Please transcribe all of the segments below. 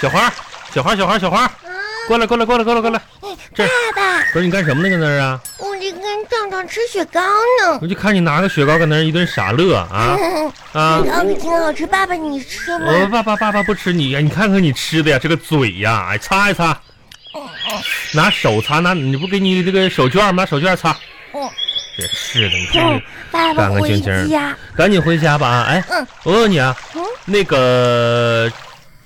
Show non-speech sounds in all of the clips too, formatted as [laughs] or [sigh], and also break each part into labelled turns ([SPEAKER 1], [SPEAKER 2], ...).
[SPEAKER 1] 小花，小花，小花，小花，
[SPEAKER 2] 嗯
[SPEAKER 1] 过来，过来，过来，过来，过来！
[SPEAKER 2] 哎，
[SPEAKER 1] 这
[SPEAKER 2] 爸爸，
[SPEAKER 1] 不是你干什么呢？搁那儿啊？
[SPEAKER 2] 我得跟壮壮吃雪糕呢。
[SPEAKER 1] 我就看你拿个雪糕搁那儿一顿傻乐啊
[SPEAKER 2] 嗯，
[SPEAKER 1] 啊！
[SPEAKER 2] 雪糕挺好吃，爸爸你吃吗？
[SPEAKER 1] 我爸爸爸爸不吃你呀！你看看你吃的呀，这个嘴呀，哎，擦一擦，拿手擦，拿你不给你这个手绢吗？拿手绢擦。
[SPEAKER 2] 嗯
[SPEAKER 1] 真是的，你真
[SPEAKER 2] 嗯
[SPEAKER 1] 是，
[SPEAKER 2] 爸爸
[SPEAKER 1] 干干
[SPEAKER 2] 回
[SPEAKER 1] 净净
[SPEAKER 2] 家。
[SPEAKER 1] 赶紧回家吧啊！哎，
[SPEAKER 2] 嗯
[SPEAKER 1] 我问你啊，
[SPEAKER 2] 嗯
[SPEAKER 1] 那个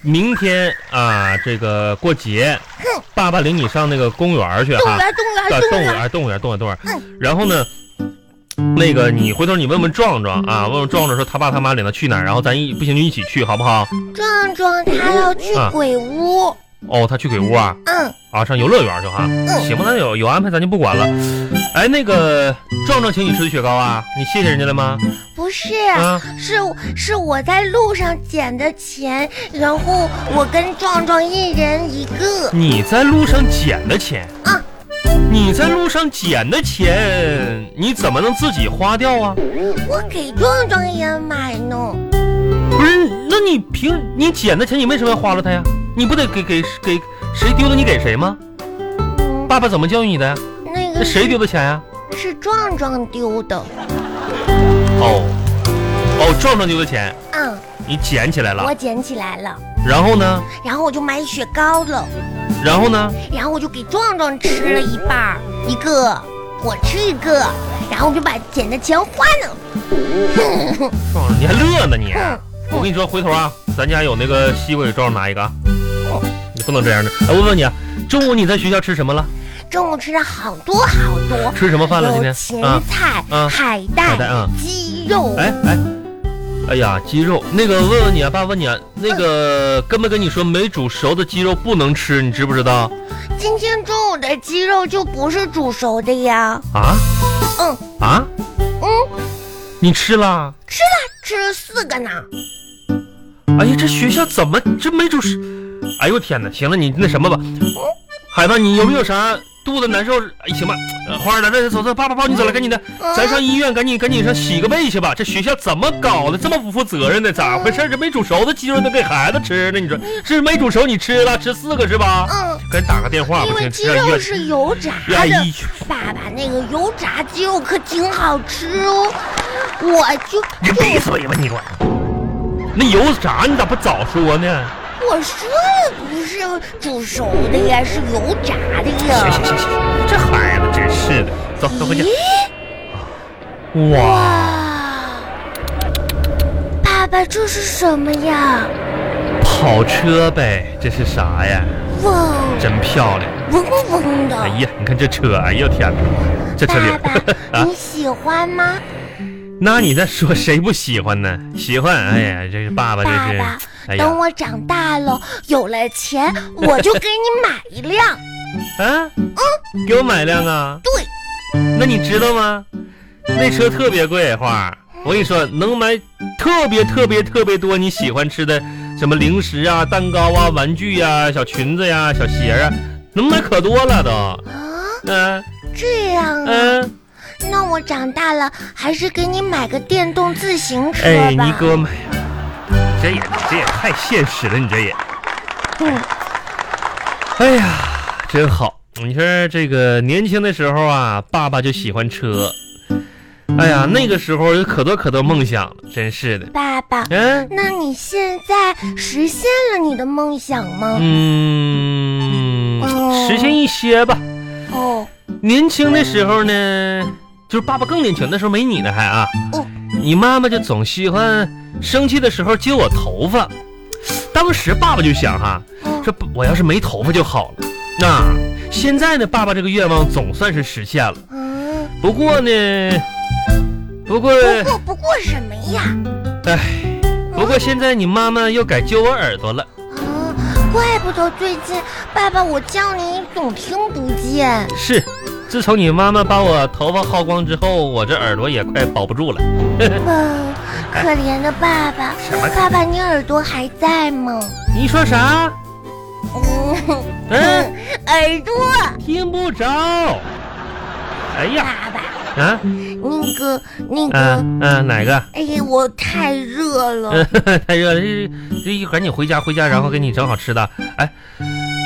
[SPEAKER 1] 明天啊，这个过节，
[SPEAKER 2] 哼
[SPEAKER 1] 爸爸领你上那个公园儿去
[SPEAKER 2] 动
[SPEAKER 1] 哈、
[SPEAKER 2] 物园，哎动物
[SPEAKER 1] 啊
[SPEAKER 2] 园，动
[SPEAKER 1] 动物
[SPEAKER 2] 物
[SPEAKER 1] 园
[SPEAKER 2] 园。
[SPEAKER 1] 儿，动物园儿，动物园儿，动物园儿
[SPEAKER 2] 嗯。
[SPEAKER 1] 然后呢，那个你回头你问问壮壮啊，问问壮壮说他爸他妈领他去哪儿，然后咱一不行就一起去好不好？
[SPEAKER 2] 壮壮他要去
[SPEAKER 1] 啊
[SPEAKER 2] 鬼屋。
[SPEAKER 1] 哦，他去鬼屋啊
[SPEAKER 2] 嗯，
[SPEAKER 1] 啊，上游乐园去哈。
[SPEAKER 2] 嗯
[SPEAKER 1] 行吧，那有有安排咱就不管了。哎，那个壮壮请你吃的雪糕啊，你谢谢人家了吗？
[SPEAKER 2] 不是，
[SPEAKER 1] 啊，
[SPEAKER 2] 是是我在路上捡的钱，然后我跟壮壮一人一个。
[SPEAKER 1] 你在路上捡的钱
[SPEAKER 2] 啊，
[SPEAKER 1] 你在路上捡的钱，你怎么能自己花掉啊？
[SPEAKER 2] 我给壮壮也买呢。
[SPEAKER 1] 不是，那你凭你捡的钱，你为什么要花了它呀？你不得给给给谁丢的你给谁吗？
[SPEAKER 2] 嗯，
[SPEAKER 1] 爸爸怎么教育你的呀？
[SPEAKER 2] 那
[SPEAKER 1] 那
[SPEAKER 2] 个
[SPEAKER 1] 谁
[SPEAKER 2] 是
[SPEAKER 1] 丢的钱呀？
[SPEAKER 2] 是壮壮丢的。
[SPEAKER 1] 哦，哦，壮壮丢的钱，
[SPEAKER 2] 嗯，
[SPEAKER 1] 你捡起来了
[SPEAKER 2] 我。捡起来了，
[SPEAKER 1] 然后呢？
[SPEAKER 2] 然后我就买雪糕了，
[SPEAKER 1] 然后呢？
[SPEAKER 2] 然后我就给壮壮吃了一半儿，一个，我吃一个，然后我就把捡的钱花了。
[SPEAKER 1] 壮壮，你还乐呢你？啊
[SPEAKER 2] 哼
[SPEAKER 1] 我跟你说，回头啊，咱家有那个西瓜，给壮壮拿一个啊。你不能这样的。哎，我问你啊，中午你在学校吃什么了？
[SPEAKER 2] 中午吃了好多好多，
[SPEAKER 1] 吃什么饭了今
[SPEAKER 2] 有
[SPEAKER 1] 天？
[SPEAKER 2] 芹
[SPEAKER 1] 啊，
[SPEAKER 2] 菜、
[SPEAKER 1] 啊
[SPEAKER 2] 海
[SPEAKER 1] 海
[SPEAKER 2] 带、
[SPEAKER 1] 带啊
[SPEAKER 2] 鸡肉。
[SPEAKER 1] 哎哎，哎呀，鸡肉。那个问问你啊，爸问你啊，那个跟没跟你说没煮熟的鸡肉不能吃，你知不知道？
[SPEAKER 2] 今天中午的鸡肉就不是煮熟的呀，
[SPEAKER 1] 啊
[SPEAKER 2] 嗯
[SPEAKER 1] 啊，
[SPEAKER 2] 嗯，
[SPEAKER 1] 你吃了？
[SPEAKER 2] 吃了吃了四个呢。
[SPEAKER 1] 哎呀，这学校怎么这没主食？哎呦我天哪！行了，你那什么吧，海子，你有没有啥肚子难受？哎，行吧，呃花儿来来来走走，爸爸抱你走了，赶紧的，
[SPEAKER 2] 啊
[SPEAKER 1] 咱上医院，赶紧赶紧上洗个胃去吧。这学校怎么搞的？这么不负责任呢？咋回事？这没煮熟的鸡肉都给孩子吃呢？你说是没煮熟你吃了，吃四个是吧？
[SPEAKER 2] 嗯，
[SPEAKER 1] 赶紧打个电话吧
[SPEAKER 2] 因，为
[SPEAKER 1] 先
[SPEAKER 2] 鸡
[SPEAKER 1] 上医
[SPEAKER 2] 肉
[SPEAKER 1] 院。
[SPEAKER 2] 是油炸
[SPEAKER 1] 呀
[SPEAKER 2] 的
[SPEAKER 1] 医。
[SPEAKER 2] 爸爸那个油炸鸡肉可挺好吃哦，我
[SPEAKER 1] [laughs]
[SPEAKER 2] 就
[SPEAKER 1] 你闭嘴吧你给我！那油炸你咋不早说呢？
[SPEAKER 2] 我说了不是煮熟的呀，是油炸的
[SPEAKER 1] 行行
[SPEAKER 2] 呀。
[SPEAKER 1] 行行， [laughs] 这孩
[SPEAKER 2] 哎
[SPEAKER 1] 子真是的，走走回家。
[SPEAKER 2] 咦，
[SPEAKER 1] 哇！
[SPEAKER 2] 哇！爸爸这是什么呀？
[SPEAKER 1] 跑车呗，这是啥呀？
[SPEAKER 2] 哇，
[SPEAKER 1] 真漂亮！
[SPEAKER 2] 嗡嗡的。
[SPEAKER 1] 哎呀，你看这车，哎呦天哪，这车
[SPEAKER 2] 爸
[SPEAKER 1] 里 [laughs]
[SPEAKER 2] 爸，
[SPEAKER 1] 啊，
[SPEAKER 2] 你喜欢吗？
[SPEAKER 1] 那你再说谁不喜欢呢？喜欢，哎呀，这是爸爸，这
[SPEAKER 2] 爸
[SPEAKER 1] 是
[SPEAKER 2] 爸，，
[SPEAKER 1] 哎呀
[SPEAKER 2] 等，我长大了，有了钱，我就给你买一
[SPEAKER 1] [laughs]
[SPEAKER 2] 辆。
[SPEAKER 1] 啊，给我买辆啊？
[SPEAKER 2] 嗯对，
[SPEAKER 1] 那你知道吗？那车特别贵，花儿，我跟你说，能买特别特别特别多你喜欢吃的什么零食啊、蛋糕啊、玩具呀、小裙子呀、小鞋啊，能买可多了都。
[SPEAKER 2] 啊，
[SPEAKER 1] 嗯、
[SPEAKER 2] 这样啊，
[SPEAKER 1] 嗯。
[SPEAKER 2] 那我长大了还是给你买个电动自行车
[SPEAKER 1] 哎，
[SPEAKER 2] 吧。
[SPEAKER 1] 你给我买呀！你这也你这也太现实了，你这也。
[SPEAKER 2] 嗯
[SPEAKER 1] 哎呀，真好！你说这个年轻的时候啊，爸爸就喜欢车。哎呀，那个时候有可多可多梦想了，真是的。
[SPEAKER 2] 爸爸，
[SPEAKER 1] 嗯
[SPEAKER 2] 那你现在实现了你的梦想吗？
[SPEAKER 1] 嗯，实现一些吧。
[SPEAKER 2] 哦，
[SPEAKER 1] 年轻的时候呢，就是爸爸更年轻，那时候没你呢还啊。
[SPEAKER 2] 哦
[SPEAKER 1] 你妈妈就总喜欢生气的时候揪我头发，当时爸爸就想哈、
[SPEAKER 2] 哦
[SPEAKER 1] 说不我要是没头发就好了。那、现在呢，爸爸这个愿望总算是实现了。
[SPEAKER 2] 嗯，
[SPEAKER 1] 不过呢，不过
[SPEAKER 2] 不过不过什么呀？
[SPEAKER 1] 不过现在你妈妈又改揪我耳朵了。
[SPEAKER 2] 啊，怪不得最近爸爸我叫你总听不见。
[SPEAKER 1] 是，自从你妈妈把我头发薅光之后，我这耳朵也快保不住了。
[SPEAKER 2] 哇，嗯可怜的爸爸
[SPEAKER 1] 什么，
[SPEAKER 2] 爸爸你耳朵还在吗？
[SPEAKER 1] 你说啥？
[SPEAKER 2] 嗯，
[SPEAKER 1] 嗯，
[SPEAKER 2] 耳朵，
[SPEAKER 1] 听不着。哎呀，
[SPEAKER 2] 爸爸，
[SPEAKER 1] 啊，
[SPEAKER 2] 那个那
[SPEAKER 1] 嗯、
[SPEAKER 2] 个，
[SPEAKER 1] 嗯、哪 [laughs] 个？
[SPEAKER 2] 哎呀，我太热了。
[SPEAKER 1] 太热了，这这赶紧回家回家，然后给你整好吃的。哎，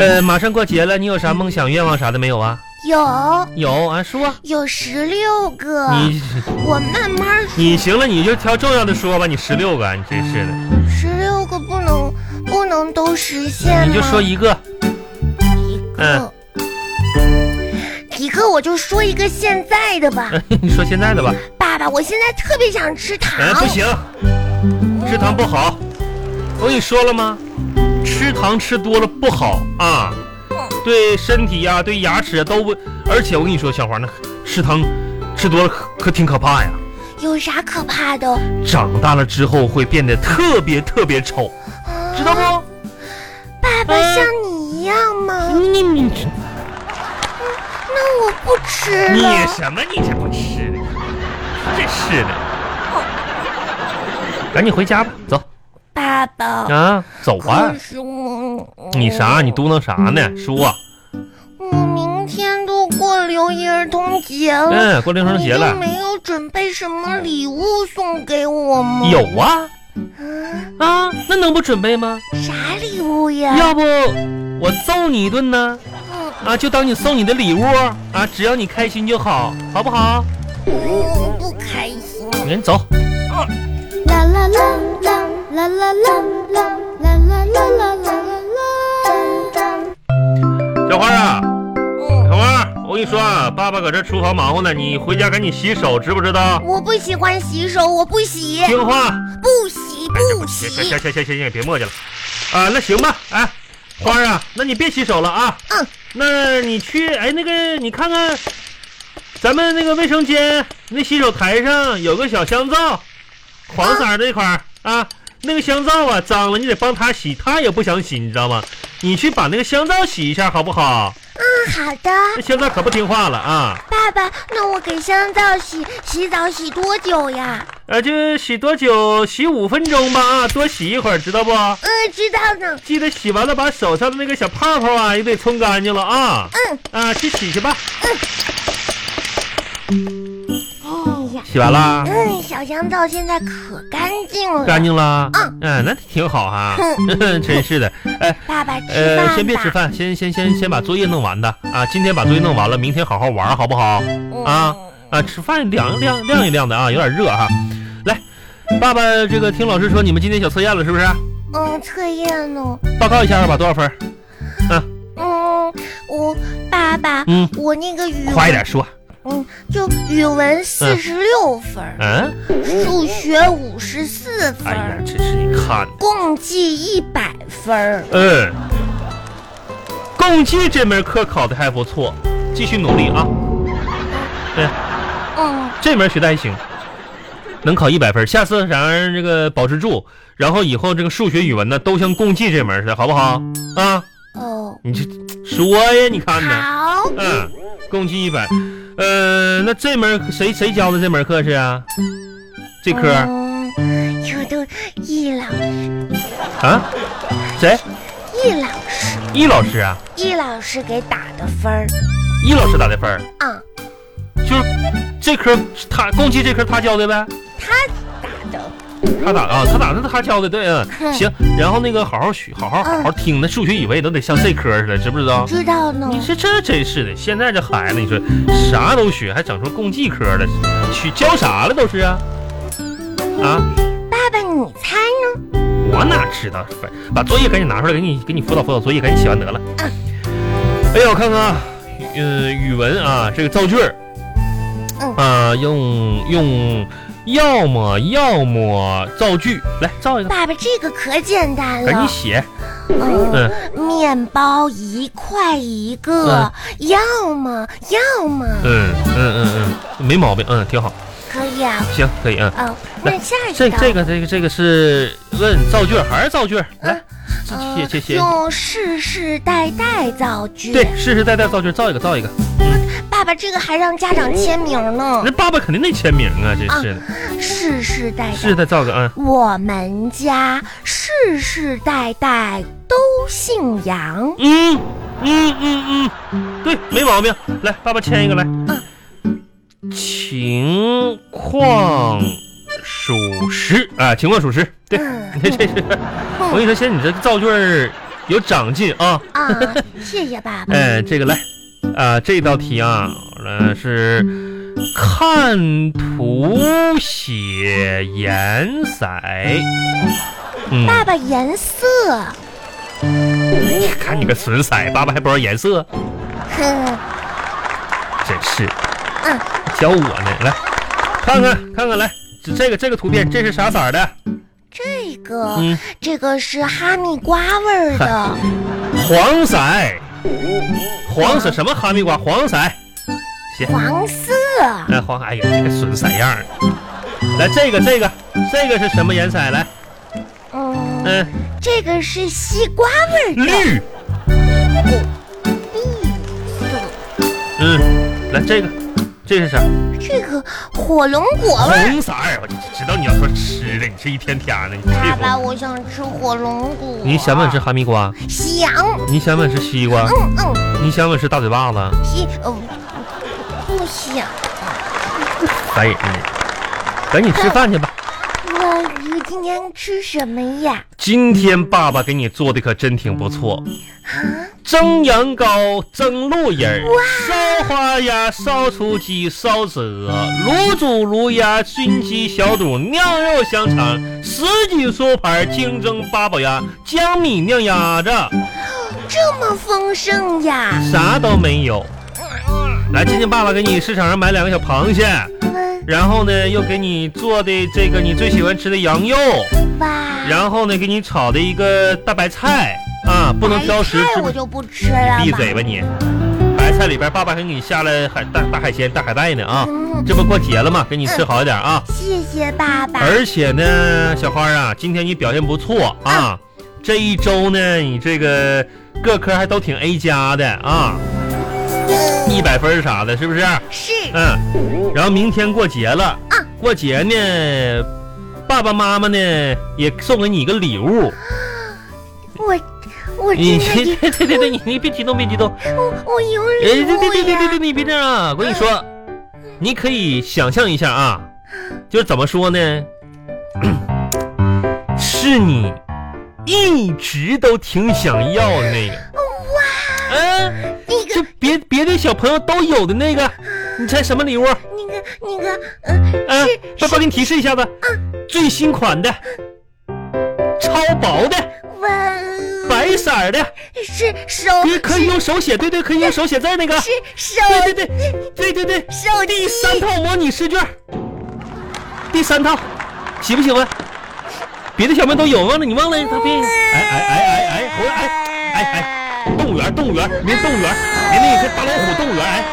[SPEAKER 1] 呃，马上过节了，你有啥梦想、愿望啥的没有啊？
[SPEAKER 2] 有
[SPEAKER 1] 有啊，说。
[SPEAKER 2] 有十六个，
[SPEAKER 1] 你
[SPEAKER 2] 我慢慢
[SPEAKER 1] 你行了，你就挑重要的说吧。你十六个，你真是的，
[SPEAKER 2] 十六个不能不能都实现吗？
[SPEAKER 1] 你就说一嗯个。 [laughs]
[SPEAKER 2] 一个，一个我就说一个现在的吧。
[SPEAKER 1] 你说现在的吧。
[SPEAKER 2] 爸爸，我现在特别想吃糖。
[SPEAKER 1] 哎，不行，吃糖不好。我跟你说了吗？吃糖吃多了不好啊，对身体呀、对牙齿啊都不。而且我跟你说，小黄，那吃糖吃多了可可挺可怕呀。
[SPEAKER 2] 有啥可怕的？
[SPEAKER 1] 长大了之后会变得特别特别丑，
[SPEAKER 2] 啊
[SPEAKER 1] 知道不？
[SPEAKER 2] 爸爸
[SPEAKER 1] 嗯
[SPEAKER 2] 像你一样吗？
[SPEAKER 1] 你你你
[SPEAKER 2] 那我不吃
[SPEAKER 1] 你
[SPEAKER 2] 了。
[SPEAKER 1] 什么？你这不吃的，真是的。赶紧回家吧，走
[SPEAKER 2] 爸爸，
[SPEAKER 1] 啊，走啊
[SPEAKER 2] 可！是我……
[SPEAKER 1] 你啥？你嘟囔啥呢？说，
[SPEAKER 2] 我明天都过六一儿童节了，
[SPEAKER 1] 嗯，过零双节
[SPEAKER 2] 你
[SPEAKER 1] 了
[SPEAKER 2] 就。没有准备什么礼物送给我吗？
[SPEAKER 1] 有啊
[SPEAKER 2] 啊，
[SPEAKER 1] 啊，那能不准备吗？
[SPEAKER 2] 啥礼物呀？
[SPEAKER 1] 要不我揍你一顿呢？
[SPEAKER 2] 嗯
[SPEAKER 1] 啊，就当你送你的礼物啊，只要你开心就好，好不好？
[SPEAKER 2] 我不开心。
[SPEAKER 1] 人走。
[SPEAKER 3] 啦啦啦啦啦啦啦啦啦啦啦啦啦啦。
[SPEAKER 1] 小花啊，
[SPEAKER 2] 嗯，
[SPEAKER 1] 小花，我跟你说啊，爸爸搁这厨房忙活呢，你回家赶紧洗手，知不知道？
[SPEAKER 2] 我不喜欢洗手，我不洗，
[SPEAKER 1] 听话。
[SPEAKER 2] 不洗，不
[SPEAKER 1] 行行
[SPEAKER 2] 洗
[SPEAKER 1] 行。行行行，别墨迹了。啊，那行吧，哎，花儿啊，那你别洗手了啊。
[SPEAKER 2] 嗯。
[SPEAKER 1] 那你去，哎，那个你看看，咱们那个卫生间那洗手台上有个小香皂，黄色儿那块儿啊，那个香皂啊脏了，你得帮他洗，他也不想洗，你知道吗？你去把那个香皂洗一下好不好？
[SPEAKER 2] 嗯，好的，
[SPEAKER 1] 那香皂可不听话了啊！
[SPEAKER 2] 爸爸，那我给香皂洗洗澡洗多久呀？
[SPEAKER 1] 呃，就洗多久？洗五分钟吧啊，多洗一会儿，知道不？
[SPEAKER 2] 嗯，知道呢。
[SPEAKER 1] 记得洗完了把手上的那个小泡泡啊也得冲干净了啊！
[SPEAKER 2] 嗯
[SPEAKER 1] 啊，去洗去吧。
[SPEAKER 2] 哎呀，
[SPEAKER 1] 洗完啦，
[SPEAKER 2] 嗯，小香皂现在可干净了。
[SPEAKER 1] 干净啦。
[SPEAKER 2] 嗯
[SPEAKER 1] 嗯，那挺好哈、 [laughs] 真是的。哎，
[SPEAKER 2] 爸爸吃饭吧。
[SPEAKER 1] 呃，先别吃饭，先先先先把作业弄完的啊。今天把作业弄完了，明天好好玩，好不好？
[SPEAKER 2] 嗯
[SPEAKER 1] 啊啊，吃饭晾晾晾一晾的啊，有点热哈、来，爸爸这个听老师说你们今天小测验了，是不是？
[SPEAKER 2] 嗯，测验呢？
[SPEAKER 1] 报告一下吧，多少分？
[SPEAKER 2] 嗯，我爸爸，
[SPEAKER 1] 嗯，
[SPEAKER 2] 我那个语文
[SPEAKER 1] 快点说。
[SPEAKER 2] 嗯，就语文四十六分儿，
[SPEAKER 1] 嗯，
[SPEAKER 2] 数学五十四分
[SPEAKER 1] 哎
[SPEAKER 2] 儿，
[SPEAKER 1] 呀，真是你看。
[SPEAKER 2] 共计一百分儿。
[SPEAKER 1] 嗯，共计这门课考的还不错，继续努力啊！
[SPEAKER 2] 嗯，
[SPEAKER 1] 这门学的还行，能考一百分。下次然而这个保持住，然后以后这个数学、语文呢，都像共计这门似的，好不好？啊，
[SPEAKER 2] 哦，
[SPEAKER 1] 你这说呀，你看呢？
[SPEAKER 2] 好，
[SPEAKER 1] 嗯，共计一百。呃，那这门谁谁教的这门课是啊？这科
[SPEAKER 2] 嗯，有的易老
[SPEAKER 1] 啊？谁？
[SPEAKER 2] 易老师
[SPEAKER 1] 易老师啊？
[SPEAKER 2] 易老师给打的分儿
[SPEAKER 1] 易老师打的分儿
[SPEAKER 2] 啊，
[SPEAKER 1] 就是这科他共计这科他教的呗？
[SPEAKER 2] 他打的
[SPEAKER 1] 他打啊，他打的是他教的，对，嗯，
[SPEAKER 2] 嗯
[SPEAKER 1] 行，然后那个好好学，好好好好听，那数学、语文也都得像这科似的，知不知道？
[SPEAKER 2] 知道呢。
[SPEAKER 1] 你说这真是的，现在这孩子，你说啥都学，还整出共济科了，去教啥了都是啊？啊，
[SPEAKER 2] 爸爸，你猜呢？
[SPEAKER 1] 我哪知道？反把作业赶紧拿出来，给你给你辅导辅导作业，赶紧写完得了。
[SPEAKER 2] 嗯
[SPEAKER 1] 哎呀，我看看啊，呃，语文啊，这个造句儿，
[SPEAKER 2] 嗯
[SPEAKER 1] 啊，用用要么要么造句，来造一个，
[SPEAKER 2] 爸爸，这个可简单
[SPEAKER 1] 赶紧
[SPEAKER 2] 了。
[SPEAKER 1] 写。
[SPEAKER 2] 嗯，
[SPEAKER 1] 哎嗯
[SPEAKER 2] 面包一块一个，要么要么
[SPEAKER 1] 嗯嗯嗯嗯，没毛病，嗯，挺好，
[SPEAKER 2] 可以啊。
[SPEAKER 1] 行，可以，嗯。
[SPEAKER 2] 哦，那下一
[SPEAKER 1] 这
[SPEAKER 2] 道
[SPEAKER 1] 这个这个这个是问造句儿还是造句儿？来，
[SPEAKER 2] 呃
[SPEAKER 1] 谢谢谢。
[SPEAKER 2] 用世世代代造句。
[SPEAKER 1] 对，世世代代造句儿，造一个造一个。
[SPEAKER 2] 嗯爸爸，这个还让家长签名呢
[SPEAKER 1] 那。爸爸肯定得签名啊，真是的。
[SPEAKER 2] 世世代
[SPEAKER 1] 世
[SPEAKER 2] 代，
[SPEAKER 1] 世代造个啊，
[SPEAKER 2] 我们家世世代代都姓杨。
[SPEAKER 1] 嗯
[SPEAKER 2] 嗯
[SPEAKER 1] 嗯嗯嗯，对，没毛病。来，爸爸签一个来。情况属实啊，情况属实。对，
[SPEAKER 2] 嗯
[SPEAKER 1] 这这是我跟你说，现在你这造句儿有长进啊。
[SPEAKER 2] 啊，谢谢爸
[SPEAKER 1] [laughs]
[SPEAKER 2] 爸。
[SPEAKER 1] 哎，这个来啊，这道题啊，呃是看图写颜色。哎嗯，
[SPEAKER 2] 爸爸颜色，
[SPEAKER 1] 看你个损色，爸爸还不知道颜色，
[SPEAKER 2] 哼，
[SPEAKER 1] 真是
[SPEAKER 2] 嗯，
[SPEAKER 1] 教我呢。来，看看看看来，这这个这个图片这是啥色儿的？
[SPEAKER 2] 这个、
[SPEAKER 1] 嗯，
[SPEAKER 2] 这个是哈密瓜味儿的，
[SPEAKER 1] 黄色，黄色什么哈密瓜？黄色，写。
[SPEAKER 2] 黄色，
[SPEAKER 1] 来黄哎呀，这个损色样儿。来这个这个这个是什么颜色？来，
[SPEAKER 2] 嗯，
[SPEAKER 1] 嗯，
[SPEAKER 2] 这个是西瓜味儿的，
[SPEAKER 1] 绿。嗯，来这个，这是啥？
[SPEAKER 2] 这个火龙果味儿。
[SPEAKER 1] 红色儿。我就知道你要说吃的，你这一天天的，你佩
[SPEAKER 2] 爸爸，
[SPEAKER 1] 服。
[SPEAKER 2] 我想吃火龙果。
[SPEAKER 1] 你想不想吃哈密瓜？
[SPEAKER 2] 西洋？
[SPEAKER 1] 你想不想吃西瓜？
[SPEAKER 2] 嗯嗯，
[SPEAKER 1] 你想不想吃大嘴巴子？
[SPEAKER 2] 西呃不想，
[SPEAKER 1] 烦人呢！赶紧吃饭去吧。
[SPEAKER 2] 那你今天吃什么呀？
[SPEAKER 1] 今天爸爸给你做的可真挺不错，
[SPEAKER 2] 啊，
[SPEAKER 1] 蒸羊羔，蒸鹿眼儿，烧花鸭，烧雏鸡，烧子鹅，卤猪卤鸭，熏鸡小肚，酿肉香肠，十几苏盘，清蒸八宝鸭，江米酿鸭子，
[SPEAKER 2] 这么丰盛呀？
[SPEAKER 1] 啥都没有。来，今天爸爸给你市场上买两个小螃蟹，
[SPEAKER 2] 嗯，
[SPEAKER 1] 然后呢，又给你做的这个你最喜欢吃的羊肉，
[SPEAKER 2] 爸，
[SPEAKER 1] 然后呢，给你炒的一个大白菜啊，不能挑食，
[SPEAKER 2] 白
[SPEAKER 1] 吃
[SPEAKER 2] 菜
[SPEAKER 1] 不
[SPEAKER 2] 我就不吃了。
[SPEAKER 1] 闭嘴吧！你！白菜里边，爸爸还给你下了海大大海鲜、大海带呢啊！
[SPEAKER 2] 嗯，
[SPEAKER 1] 这不过节了嘛，给你吃好一点啊！
[SPEAKER 2] 谢谢爸爸。
[SPEAKER 1] 而且呢，小花啊，今天你表现不错啊！
[SPEAKER 2] 嗯
[SPEAKER 1] 这一周呢，你这个各科还都挺 A 加的啊，一百分儿啥的，是不是？
[SPEAKER 2] 是，
[SPEAKER 1] 嗯。然后明天过节了，
[SPEAKER 2] 啊
[SPEAKER 1] 过节呢，爸爸妈妈呢也送给你一个礼
[SPEAKER 2] [laughs]
[SPEAKER 1] 物。
[SPEAKER 2] 我我
[SPEAKER 1] 你
[SPEAKER 2] 真
[SPEAKER 1] 这 [laughs] 对
[SPEAKER 2] 的
[SPEAKER 1] 对对对，你你别激动，别激动。
[SPEAKER 2] 我我有
[SPEAKER 1] 哎，对
[SPEAKER 2] 礼
[SPEAKER 1] 对对
[SPEAKER 2] 物
[SPEAKER 1] 对对
[SPEAKER 2] 呀。
[SPEAKER 1] 对，你别这样
[SPEAKER 2] 嗯
[SPEAKER 1] 啊！我跟你说，你可以想象一下啊，就是怎么说呢？ [clears throat] 是你一直都挺想要的那个，嗯，
[SPEAKER 2] 那个
[SPEAKER 1] 就别别的小朋友都有的那个，你猜什么礼物？
[SPEAKER 2] 那个那个，嗯，
[SPEAKER 1] 嗯
[SPEAKER 2] 是，嗯
[SPEAKER 1] 爸爸给你提示一下子，最新款的，超薄的，
[SPEAKER 2] 我
[SPEAKER 1] 白色儿
[SPEAKER 2] 嗯
[SPEAKER 1] 的，
[SPEAKER 2] 是手
[SPEAKER 1] 可以可以用手写，对对，可以用手写字儿那个，
[SPEAKER 2] 是手
[SPEAKER 1] 对对对对对对。
[SPEAKER 2] 手
[SPEAKER 1] 第
[SPEAKER 2] 机。
[SPEAKER 1] 三套模拟试卷，第三套，喜不喜欢？别的小朋友都有，忘了你忘了他别，哎哎哎哎哎，回来，哎哎哎，动物园动物园，明天动物园，明天你看大老虎动物园，哎